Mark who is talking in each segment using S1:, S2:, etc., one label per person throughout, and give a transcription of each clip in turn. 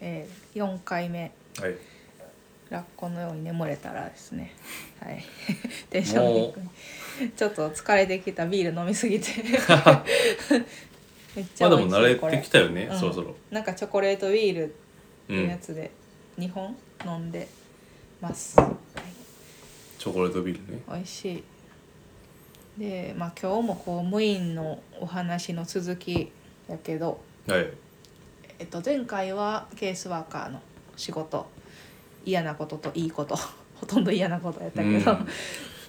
S1: えー、4回目
S2: はい
S1: ラッコのように眠れたらです ねはい テンション低いちょっと疲れてきたビール飲みすぎ てめっち
S2: ま
S1: ゃ
S2: あで
S1: 美味し
S2: も
S1: い
S2: 慣れ
S1: こ
S2: てきたよね、
S1: うん
S2: そろそろ
S1: なんかチョコレートウィール
S2: う
S1: のや
S2: ん
S1: つで2本飲んでます、はい
S2: チョコレートビールね
S1: 美味しいでまあ今日も公務員のお話の続きやけど
S2: はい
S1: えっと、前回はケースワーカーの仕事嫌なことといいこと ほとんど嫌なことやった
S2: うん
S1: け
S2: で
S1: ど、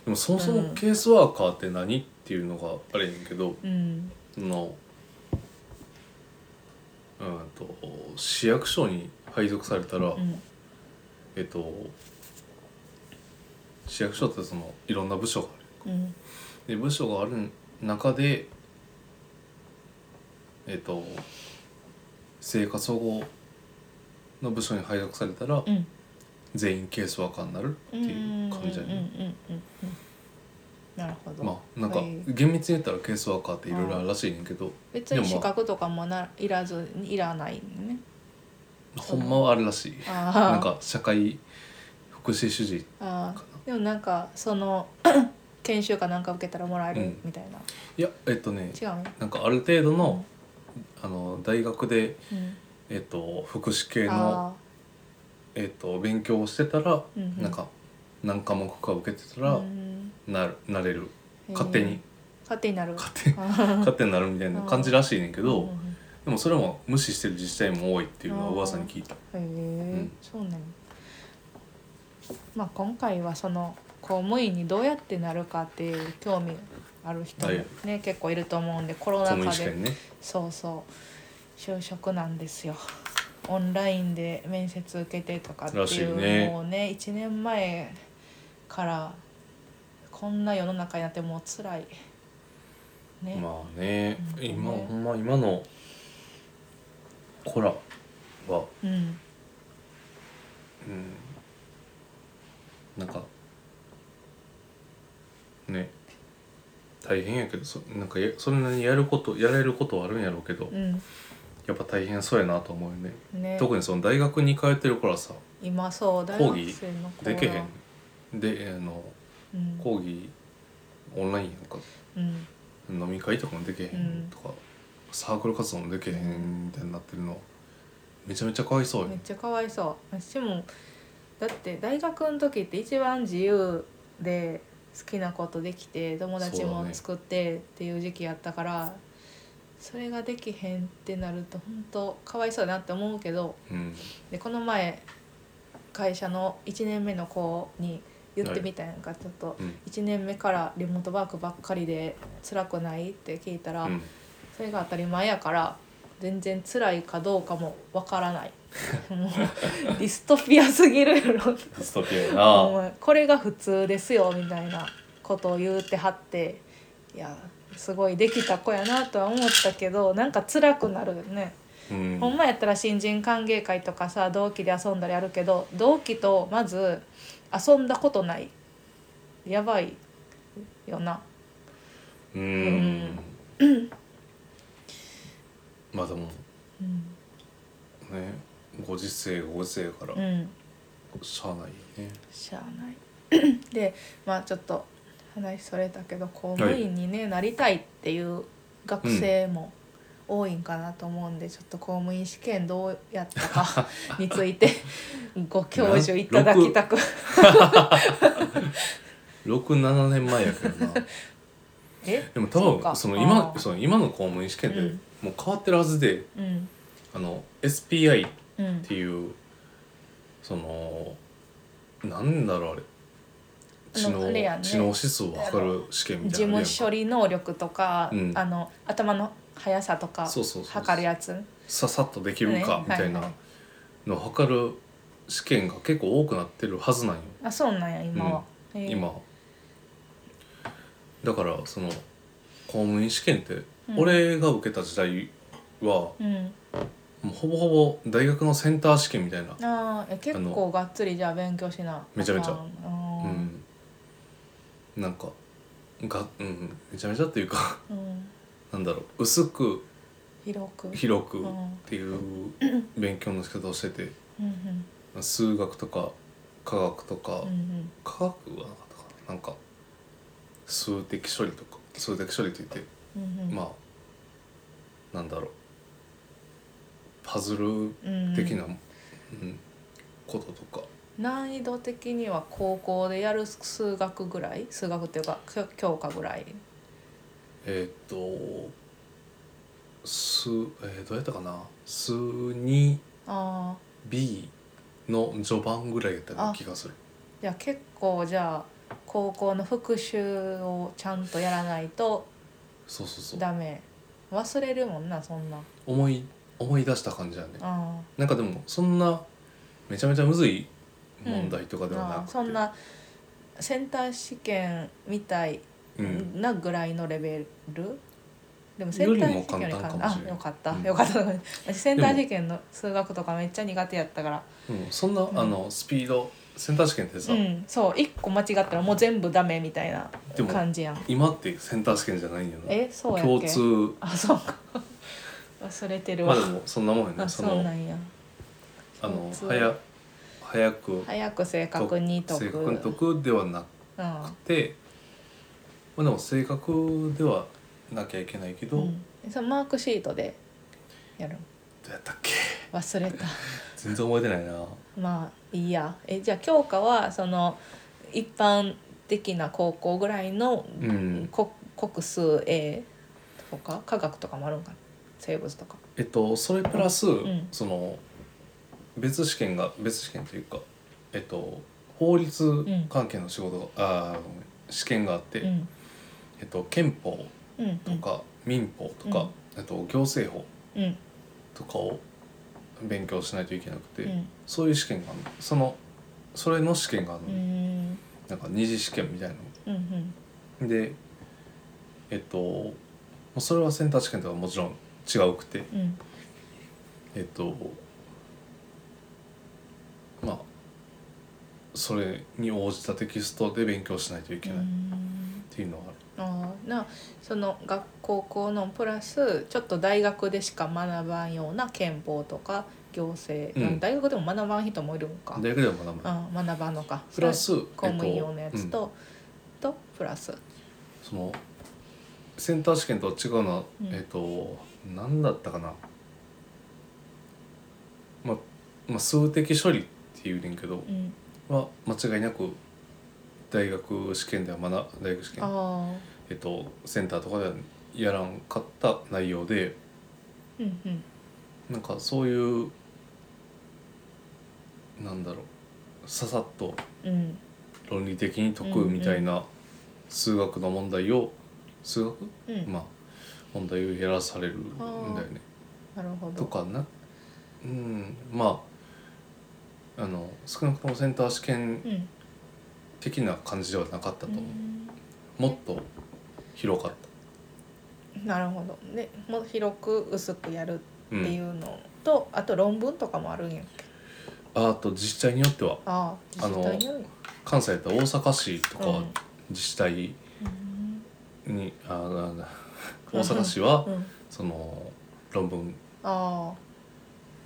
S2: もそもそうも
S1: ん
S2: ケースワーカーって何っていうのがあれやねんけど
S1: うん
S2: そのうんと市役所に配属されたら、
S1: うん
S2: えっと市役所ってそのいろんな部署がある
S1: うん
S2: で部署がある中でえっと生活保護の部署に配属されたら、
S1: うん
S2: 全員ケースワーカーになるっていう感じだ
S1: うんうん
S2: ね、
S1: うんうんうんなるほど、
S2: まあなんか
S1: はい
S2: 厳密に言ったらケースワーカーっていろいろあるらしいねんけど、
S1: 別
S2: で
S1: に
S2: もま
S1: 資
S2: あ
S1: 格とかもないらずいらないね
S2: ほんまはあるらしい
S1: あー
S2: なんか社会福祉主事
S1: あ
S2: か
S1: ーでもなんかその 研修かなんか受けたらもらえ
S2: う
S1: る
S2: ん
S1: みたいな、
S2: いやえっとね
S1: 違うの
S2: なんかある程度の,、あの大学で、
S1: うん
S2: えっと、福祉系の、
S1: あ
S2: えっと、勉強をしてたら、
S1: ーうんうん
S2: なんか何科目か受けてたら、
S1: うん
S2: なるなれる勝手
S1: えー
S2: に、
S1: 勝手になる
S2: 勝手に勝手になるみたいな感じらしいねんけど、
S1: うんうんうん
S2: でもそれも無視してる自治体も多いっていうのは噂に聞いた。
S1: へえ、
S2: ん
S1: そうなの。まあ今回はその公務員にどうやってなるかっていう興味ある人も
S2: はい
S1: ね結構いると思うんでコロ
S2: 公
S1: ナ
S2: 務員
S1: 禍で
S2: 試験ね、
S1: そうそう就職なんですよ。オンラインで面接受けてとかって
S2: らし
S1: い
S2: いうね
S1: もうね1年前からこんな世の中になってもう辛いね、
S2: まあね、
S1: うん
S2: 今ほんま今のコラは、
S1: うん
S2: うん、なんかね大変やけどそなんかやそれなりにやることやれることはあるんやろうけど、
S1: う
S2: やっぱ大変そうやなと思うよね。
S1: んね
S2: 特にその大学に通ってる頃はさ
S1: 今そう大
S2: 講
S1: 学
S2: 義
S1: 生の子
S2: でけへんであの
S1: うん
S2: 講義オンラインやんか
S1: うん
S2: 飲み会とかもでけへ
S1: うん
S2: んとか、サークル活動もでけへんみたいになってるのめちゃめちゃかわいそうよ
S1: めっ
S2: ね
S1: ちゃかわいそう私もだって大学の時って一番自由で好きなことできて友達
S2: そうだ
S1: も
S2: ね
S1: 作ってっていう時期やったからそ,、れができへんってなると本当かわいそうだなって思うけど
S2: うん
S1: でこの前会社の1年目の子に言ってみたやんか、ちょっと
S2: うん
S1: 1年目からリモートワークばっかりで辛くないって聞いたら、
S2: うん
S1: それが当たり前やから全然辛いかどうかもわからない もうディストピアすぎるやろ
S2: ディストピアや
S1: お
S2: な
S1: 前これが普通ですよみたいなことを言うてはっていやすごいできた子やなとは思ったけどなんか辛くなるよね、
S2: うん
S1: ほんまやったら新人歓迎会とかさ同期で遊んだりあるけど同期とまず遊んだことないやばいよな
S2: うん、まあでも
S1: うん、
S2: ねご時世がご時世やから
S1: うん
S2: しゃあないよね
S1: しゃあない でまあちょっと話それたけど公務員に、ねなりたいっていう学生も多いんかなと思うんで、ちょっと公務員試験どうやった かについてご教授いただきたく
S2: 67年前やけど な
S1: え
S2: でも
S1: そ
S2: 多
S1: うか
S2: 分その
S1: あ
S2: 今
S1: ー
S2: その今の公務員試験で
S1: うん
S2: もう変わってるはずで、
S1: うん
S2: あの SPI っ
S1: うん
S2: ていうそのなんだろうあれ知
S1: あのあ
S2: 能、
S1: れやね
S2: 知能指数を測る試験み
S1: 事
S2: たいなのあ
S1: 務
S2: る
S1: 処理
S2: やん
S1: 能力とか、
S2: うん
S1: あの頭の速さとか
S2: そうそうそう
S1: 測るやつ
S2: ささっとできるか
S1: ね
S2: みたいな
S1: はいはい
S2: のを測る試験が結構多くなってるはずなんよ、
S1: あそうなんや今は、へえ
S2: 今だからその公務員試験って、
S1: うん
S2: 俺が受けた時代は
S1: うん
S2: もうほぼほぼ大学のセンター試験みたいな、
S1: あーえ結構がっつりじゃあ勉強しな
S2: めちゃめちゃ
S1: あかん
S2: う
S1: うん
S2: ん、なんかが、うん、めちゃめちゃっていうか
S1: うん
S2: なんだろう薄く
S1: 広く
S2: 広くっ
S1: うん
S2: ていう勉強の仕方をしてて
S1: うんうん
S2: 数学とか科学とか、
S1: うんうん
S2: 科学はなかったかななんか数的処理とか数的処理といって、
S1: うんうん
S2: まあなんだろうパズル
S1: うん
S2: 的な、うんこととか
S1: 難易度的には高校でやる数学ぐらい数学っていうか教教科ぐらい
S2: えーっと数、えーどうやったかな数 2B
S1: ああ
S2: の序盤ぐらいやったような気がする
S1: じゃあ結構じゃあ高校の復習をちゃんとやらないと
S2: そうそうそう
S1: ダメ忘れるもんなそんな
S2: 思い思い出した感じだね
S1: あ
S2: なんかでもそんなめちゃめちゃむずい問題とかではな
S1: あ
S2: くて、
S1: そんなセンター試験みたい
S2: うん
S1: なぐらいのレベル、でもセ
S2: よ
S1: ン
S2: り
S1: ター
S2: も
S1: 試験より
S2: 簡
S1: 簡
S2: 単かも
S1: 単
S2: しれ
S1: あ
S2: ない
S1: よかった、
S2: うん
S1: よかった私センター試験の数学とかめっちゃ苦手やったから
S2: うんそんな、
S1: ん
S2: あのスピードセンター試験ってさ、
S1: うんそう一個間違ったらもう全部ダメみたいな
S2: でも
S1: 感じやん
S2: 今ってセンター試験じゃないんやな
S1: えそうやっ
S2: 共
S1: け
S2: 通
S1: あそうか 忘れてる
S2: ま
S1: わ、
S2: あでもそんなもんやね
S1: あそ
S2: そ
S1: うな
S2: の
S1: んや
S2: あの
S1: 共通
S2: 早早く
S1: 早く正確に解く
S2: 正確に解くではな
S1: う
S2: く
S1: ん
S2: て、まあ、でも正確ではなきゃいけないけど、
S1: うんえそのマークシートでやる
S2: どうやったっけ
S1: 忘れた
S2: 全然覚えてないな
S1: まあいいやえじゃあ教科はその一般的な高校ぐらいの、
S2: うん
S1: こ国数 A とか科学とかもあるんかな生物とか
S2: えっとそれプラス、
S1: ん
S2: その別試験が別試験というかえっと法律関係の仕事が、あーごめん試験があって、
S1: うん
S2: えっと、憲法
S1: うんう
S2: と
S1: ん
S2: か民法とか、えっと、行政法
S1: うん
S2: とかを勉強しないといけなくて、
S1: うん
S2: そういう試験があるのそのそれの試験がある
S1: う
S2: の、
S1: ん
S2: なんか二次試験みたいな
S1: うんうん
S2: のでえっともうそれはセンター試験とはもちろん違うくて
S1: うん
S2: えっとまあそれに応じたテキストで勉強しないといけないっていうのはある、
S1: あーなその学高校のプラスちょっと大学でしか学ばんような憲法とか行政、
S2: うん
S1: 大学でも学ばん人もいるんか、
S2: 大学では学ばない
S1: あー学ばんのか
S2: プラス
S1: 公務員用の
S2: え
S1: や
S2: っとう
S1: つ
S2: ん
S1: と、とプラス
S2: そのセンター試験とは違うのは、
S1: うん
S2: えっ、と何だったかな、ままあ数的処理っていうねんけど
S1: うん
S2: は間違いなく大学試験では学大学試験、
S1: あ
S2: えっとセンターとかではやらんかった内容で
S1: ーうんうん
S2: なんかそういうなんだろうささっと
S1: うん
S2: 論理的に解くみたいな数学の問題を数学
S1: うん
S2: まあ問題を減らされるんだよね。
S1: なるほ
S2: と
S1: ど
S2: かなうんまああの少なくともセンター試験
S1: うん
S2: 的な感じではなかったと思う、
S1: う
S2: もっと広かっ
S1: んなるほどでもう広く薄くやる
S2: た、う
S1: ってい
S2: ん、
S1: うのと、あと論文とかもあるんやっけ
S2: あと自治体によっては
S1: ああ
S2: あの関西やったら大阪市とかは自治体に、
S1: うん
S2: あなんだ大阪市は
S1: うん、
S2: その論文
S1: あ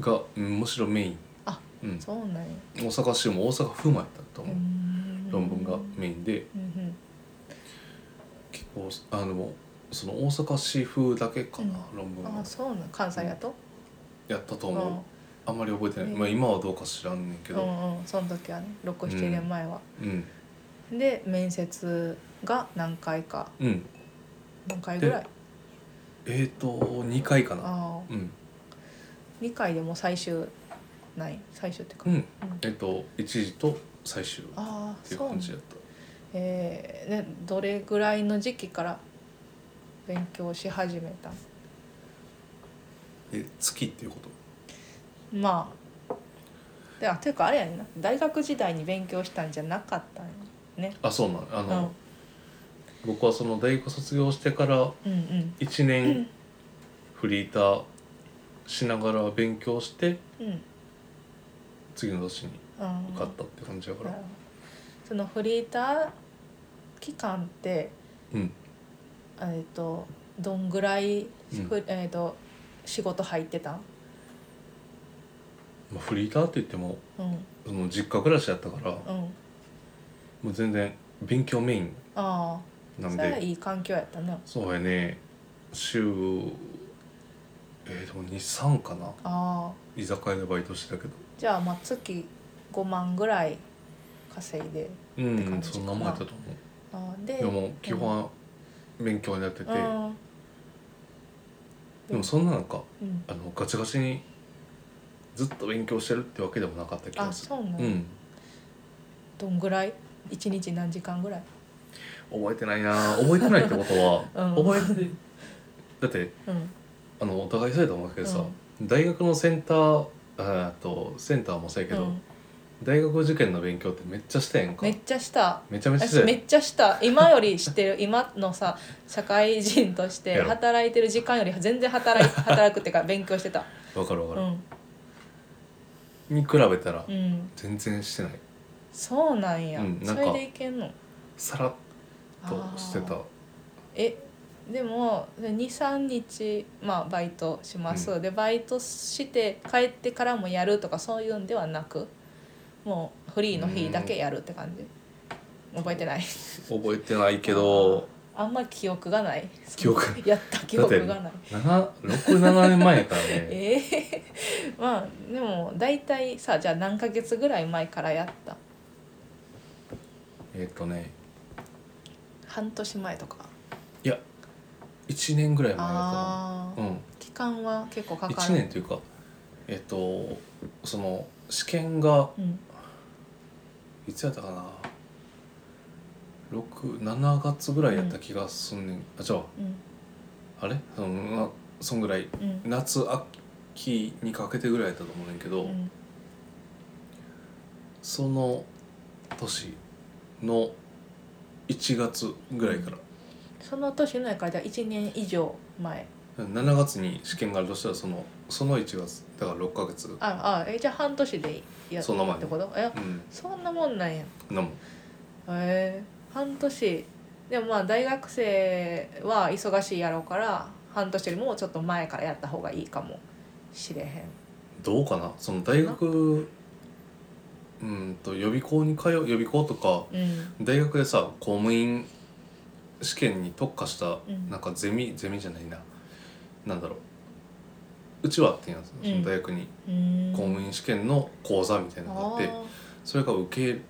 S2: がうんむしろメイン
S1: あ、
S2: うん
S1: あ、そうなんや、
S2: 大阪市も大阪府もやったと思う、論文がメインで
S1: うんうん
S2: 結構あのその大阪市風だけかな、論文
S1: あ
S2: は
S1: あそうなん関西やと、
S2: やったと
S1: うん、
S2: 思うあんまり覚えてない、
S1: うん
S2: まあ、今はどうか知らんねんけ
S1: う
S2: ど、
S1: んうんその時はね67年前は、
S2: うん
S1: で面接が何回か
S2: うん
S1: 何回ぐらい
S2: でえっ、と2回かな
S1: ああ
S2: うん、
S1: 2回でもう最終ない最終っていうか、う
S2: う
S1: ん
S2: ん、えっ、と一時と最終っ
S1: ああ
S2: ていう
S1: そうな
S2: 感
S1: ん
S2: じ
S1: や
S2: だった
S1: えー、ねどれぐらいの時期から勉強し始めたん
S2: え月っていうこと
S1: まあであていうかあれやねんな大学時代に勉強したんじゃなかったんやね
S2: あそうなのあの、僕はその大学卒業してか
S1: う
S2: ら
S1: んうん
S2: 1年フリーターしながら勉強して
S1: うん
S2: 次の年に
S1: あー
S2: 受かったって感じだか
S1: なる
S2: ら
S1: ほどそのフリーター期間って
S2: うん
S1: えっとどんぐらい、
S2: うん
S1: ふえっと仕事入ってたん
S2: まあ、フリーターって言っても
S1: うん
S2: その実家暮らしやったからも
S1: うん
S2: う全然勉強メイン
S1: あ
S2: な
S1: あ
S2: ん
S1: それは
S2: で
S1: いい環境やったね
S2: そうやね週えー、でも23かな
S1: ああ
S2: 居酒屋でバイトしてたけど
S1: じゃあまあ月5万ぐらい稼いで
S2: う
S1: って感
S2: ん
S1: じ
S2: そ
S1: かなん
S2: なもんやったと思
S1: ああで
S2: うでも基本は勉強になってて、
S1: うん
S2: でもそんな中
S1: うん
S2: あのガチガチにずっと勉強してるってわけでもなかった気
S1: あ
S2: がする
S1: そうなの、
S2: うん
S1: どんぐらい一日何時間ぐらい、
S2: 覚えてないな覚えてないってことは
S1: うん
S2: 覚えてだって
S1: うん
S2: あのお互いそうやと思うけどさ、大学のセンターあーとセンターもそうやけど、
S1: うん
S2: 大学受験の勉強ってめっちゃしたやんか
S1: めっちゃした
S2: めちゃめちゃし
S1: 私
S2: たやん
S1: めっちゃした今よりしてる今のさ社会人として
S2: やろ
S1: 働いてる時間より全然 働い働くっていうか勉強してた
S2: わかるわ
S1: う
S2: かる、
S1: ん
S2: に比べたら
S1: うん
S2: 全然してない
S1: そうなんや、
S2: うんな
S1: そ
S2: んか
S1: れでいけんの
S2: さらっ
S1: あ
S2: と
S1: ー
S2: してた
S1: えでも23日、まあ、バイトします、
S2: う
S1: でバイトして帰ってからもやるとかそういうんではなくもうフリーの日だけやるって感じ覚えてない
S2: 覚えてないけど
S1: あんま記憶がない
S2: 記憶
S1: やった記憶がない
S2: 67年前やからね
S1: ええ まあでも大体さじゃあ何ヶ月ぐらい前からやった
S2: えっとね
S1: 半年前とか
S2: いや1年ぐらい前やっ
S1: あ
S2: た
S1: あ、
S2: なうん
S1: 期間は結構かかる
S2: 1年というかえっとその試験が
S1: うん
S2: いつやったかな67月ぐらいやった気がすんねん、あじゃあ
S1: うん
S2: あれそのなそんぐら
S1: う
S2: い
S1: ん
S2: 夏秋にかけてぐらいやったと思うねんけど、
S1: うん
S2: その年の1月ぐらいから、
S1: その年のやからじゃあ1年以上前
S2: 7月に試験があるとしたらそのその1月だから6ヶ月う
S1: ああえじゃあ半年でやった
S2: そんなもんや
S1: ってことえ
S2: ん
S1: そんなもんなんやへ
S2: なもん
S1: え半年でもまあ大学生は忙しいやろうから半年よりもちょっと前からやった方がいいかもしれへん
S2: どうかなその大学うんと予備校に通う予備校とか
S1: うん
S2: 大学でさ公務員試験に特化した
S1: うん
S2: なんかゼミ、ゼミじゃないななんだろううちはあってんやつその大学に
S1: うん
S2: 公務員試験の講座みたいなのがあって、
S1: あー
S2: それが受け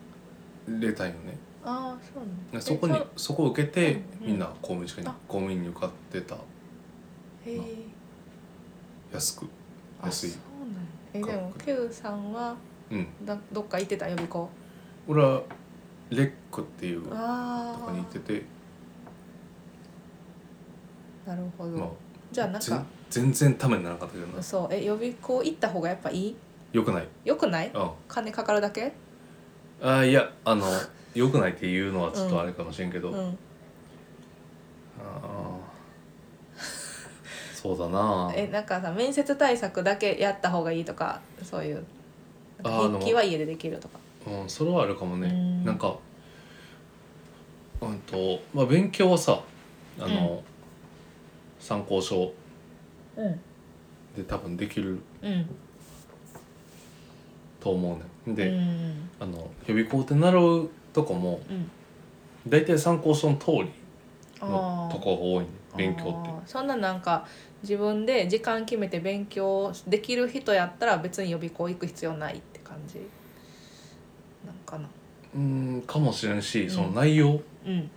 S2: 入れたんよね
S1: あーそうなん
S2: で
S1: だ
S2: そこに
S1: え
S2: そこを受けて
S1: うん
S2: みんな公務員試験に
S1: あ
S2: 公務員に受かってた
S1: へえ
S2: 安く
S1: あ
S2: 安い
S1: そうなんやえで
S2: か
S1: も
S2: っこいい
S1: Q さんは
S2: うん
S1: だどっか行ってた予備校
S2: 俺はレックっていうと
S1: あ
S2: こに行って
S1: あ
S2: て
S1: なるほど、
S2: まあ
S1: じゃあなん
S2: ぜ
S1: か
S2: ん全然ためにならなかったけどな
S1: そうえ予備校行った方がやっぱいい
S2: よくない
S1: よくない
S2: うん
S1: 金かかるだけ
S2: あーいやあのよくないっていうのはちょっとあれかもしれんけど、あ
S1: ん
S2: あそうだな
S1: えなんかさ面接対策だけやった方がいいとかそういう
S2: あー
S1: 筆記は家でできるとか
S2: うん、それはあるかもね、
S1: うん
S2: なんかうんとまあ勉強はさあの、参考書
S1: うん
S2: で多分できる
S1: うん
S2: と思うねんで、
S1: うん
S2: あの予備校で習うとこも
S1: うん
S2: 大体参考書の通りの
S1: あ
S2: と
S1: ー
S2: こが多いね勉強って
S1: あーそんななんか自分で時間決めて勉強できる人やったら別に予備校行く必要ないって感じなんかな
S2: うんかもしれんし
S1: ん
S2: その内容、
S1: うん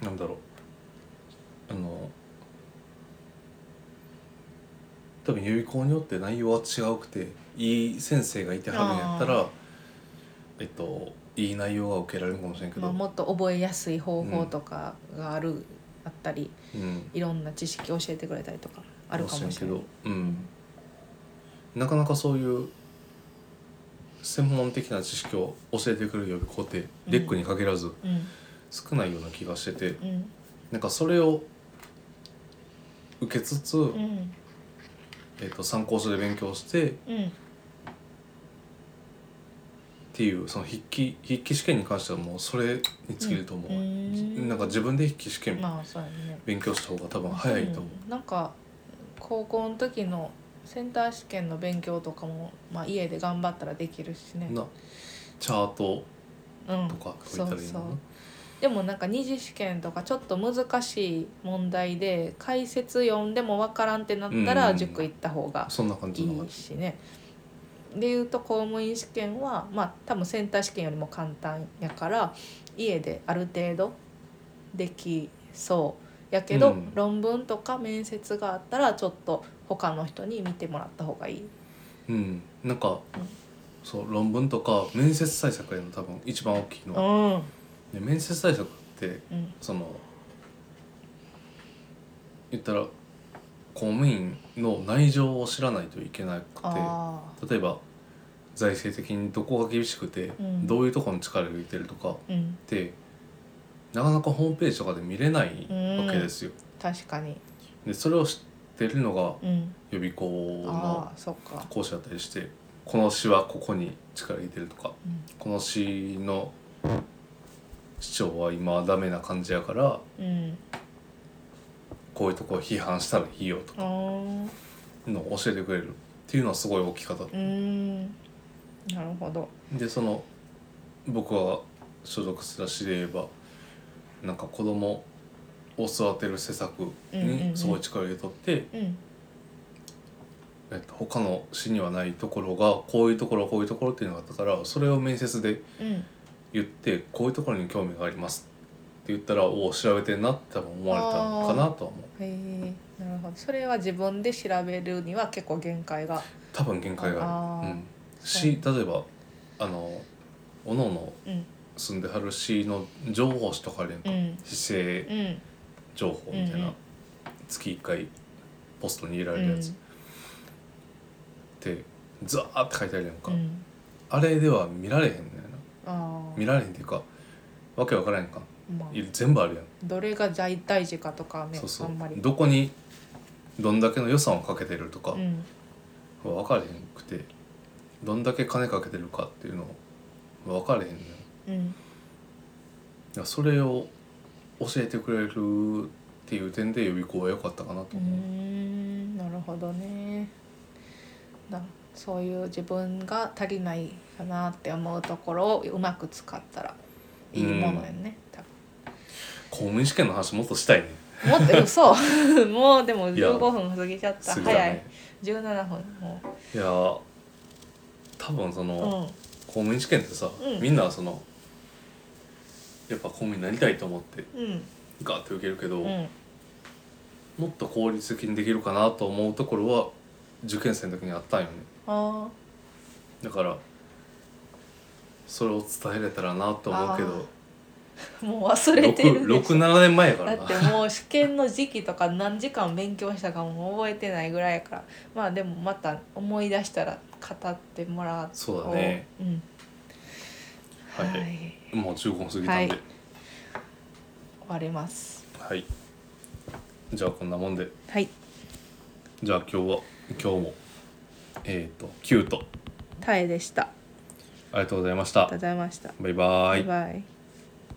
S2: なんだろうあの多分予備校によって内容は違うくていい先生がいてはるんやった
S1: あ
S2: らえっといい内容が受けられるかもしれんけど、
S1: まあ、もっと覚えやすい方法とかがある、あったり
S2: うん
S1: いろんな知識教えてくれたりとかあるかもしれ
S2: れ
S1: なんい
S2: けど、うん、なかなかそういう専門的な知識を教えてくれる予備校って
S1: うん
S2: レックに限らず
S1: うん
S2: 少ないような気がしてて、
S1: うん
S2: なんかそれを受けつつ、
S1: うん
S2: えっと、参考書で勉強して
S1: うん
S2: っていうその筆記筆記試験に関してはもうそれに尽きると思う、
S1: うん
S2: なんか自分で筆記試験
S1: まあそうやね
S2: 勉強した方が多分早いと思う、
S1: うんなんか高校の時のセンター試験の勉強とかも、まあ、家で頑張ったらできるしね、
S2: なチャート
S1: うん
S2: と、か書
S1: そ
S2: い
S1: そ
S2: うたら
S1: う
S2: いいのか
S1: でもなんか二次試験とかちょっと難しい問題で解説読んでも分からんってなった
S2: うんうん
S1: ら
S2: うん
S1: 塾行った方が
S2: なそんな感じの
S1: いいしね。でいうと公務員試験はまあ多分センター試験よりも簡単やから家である程度できそうやけど、
S2: うん
S1: 論文とか面接があったらちょっと他の人に見てもらった方がいい。
S2: うんなんか、そう論文とか面接対策への多分一番大きいうのは、
S1: ん、
S2: で面接対策って
S1: うん、
S2: その言ったら公務員の内情を知らないといけなく
S1: ああ
S2: て例えば財政的にどこが厳しくて、
S1: うん
S2: どういうところに力を入れてるとかっ
S1: うん
S2: てなかなかホームページとかで見れないわけですよ。
S1: 確かに、
S2: でそれを知ってるのが
S1: うん、
S2: 予備校の
S1: ああそっか、
S2: 講師だったりしてこの市はここに力入れてるとかこの市の市長は今ダメな感じやから
S1: うんうん、
S2: こういうとこを批判したらいいよと
S1: あー
S2: のを教えてくれるっていうのはすごい大きかった
S1: うーんなるほど
S2: でその僕は所属する市で言えばなんか子供を育てる施策
S1: うんうんう
S2: に
S1: ん
S2: すごい力を入れとって、
S1: うん
S2: えっと、他の市にはないところがこういうところこういうところっていうのがあったからそれを面接で
S1: うん
S2: 言ってこういうところに興味がありますって言ったらおお調べてんなって多分思われたのかなとは思う
S1: へえなるほどそれは自分で調べるには結構限界が
S2: 多分限界が
S1: あ
S2: ある
S1: ー
S2: うん、し例えばあのおのおの
S1: うん
S2: 住んではる市の情報誌とかあるやんか
S1: うん
S2: 市
S1: う
S2: 政
S1: ん
S2: 情報みたい
S1: うんう
S2: なん月1回ポストに入れら
S1: う
S2: れるや
S1: ん
S2: つってザーって書いてあるやんか、
S1: うん
S2: あれでは見られへんのよな
S1: あ
S2: 見られへんっていうかわけわからへんか
S1: あまあ
S2: い全部あるやん、
S1: どれが大大事かとかね
S2: そうそう
S1: あんまり
S2: どこにどんだけの予算をかけてるとか
S1: うん
S2: 分からへんくてどんだけ金かけてるかっていうの分からへんのよ
S1: うん
S2: だからそれを教えてくれるっていう点で予備校は良かったかな
S1: う
S2: と
S1: ー
S2: 思う。
S1: んなるほどねだそういう自分が足りないかなって思うところをうまく使ったらいいものやね多分
S2: 公務員試験の話もっとしたいね。
S1: もっと嘘 もうでも
S2: いや
S1: 15分過ぎちゃった
S2: すぐだ
S1: 早い
S2: ね。
S1: 17分も
S2: いやー多分その、
S1: う、
S2: 公務員試験ってさ、
S1: うん
S2: みんなそのやっぱ公務員になりたいと思って
S1: うんうん
S2: ガーって受けるけど、
S1: うん
S2: もっと効率的にできるかなと思うところは受験生の時にあったんよね。
S1: あ
S2: だからそれを伝えれたらなと思うけど
S1: あもう忘れてるでしょ
S2: 67年前やか
S1: だ
S2: ら
S1: っ
S2: な
S1: てもう試験の時期とか何時間勉強したかも覚えてないぐらいやからまあでもまた思い出したら語ってもらおう
S2: そうだね、
S1: うん、
S2: はい
S1: はい、
S2: もう15分過ぎたんで
S1: はい終わります
S2: はい、じゃあこんなもんで
S1: はい
S2: じゃあ今日は今日もえっ、とキュート
S1: タエでしたあ
S2: ありがとうございまし
S1: りがとう
S2: た
S1: ございました、
S2: バイバイ
S1: バイバイ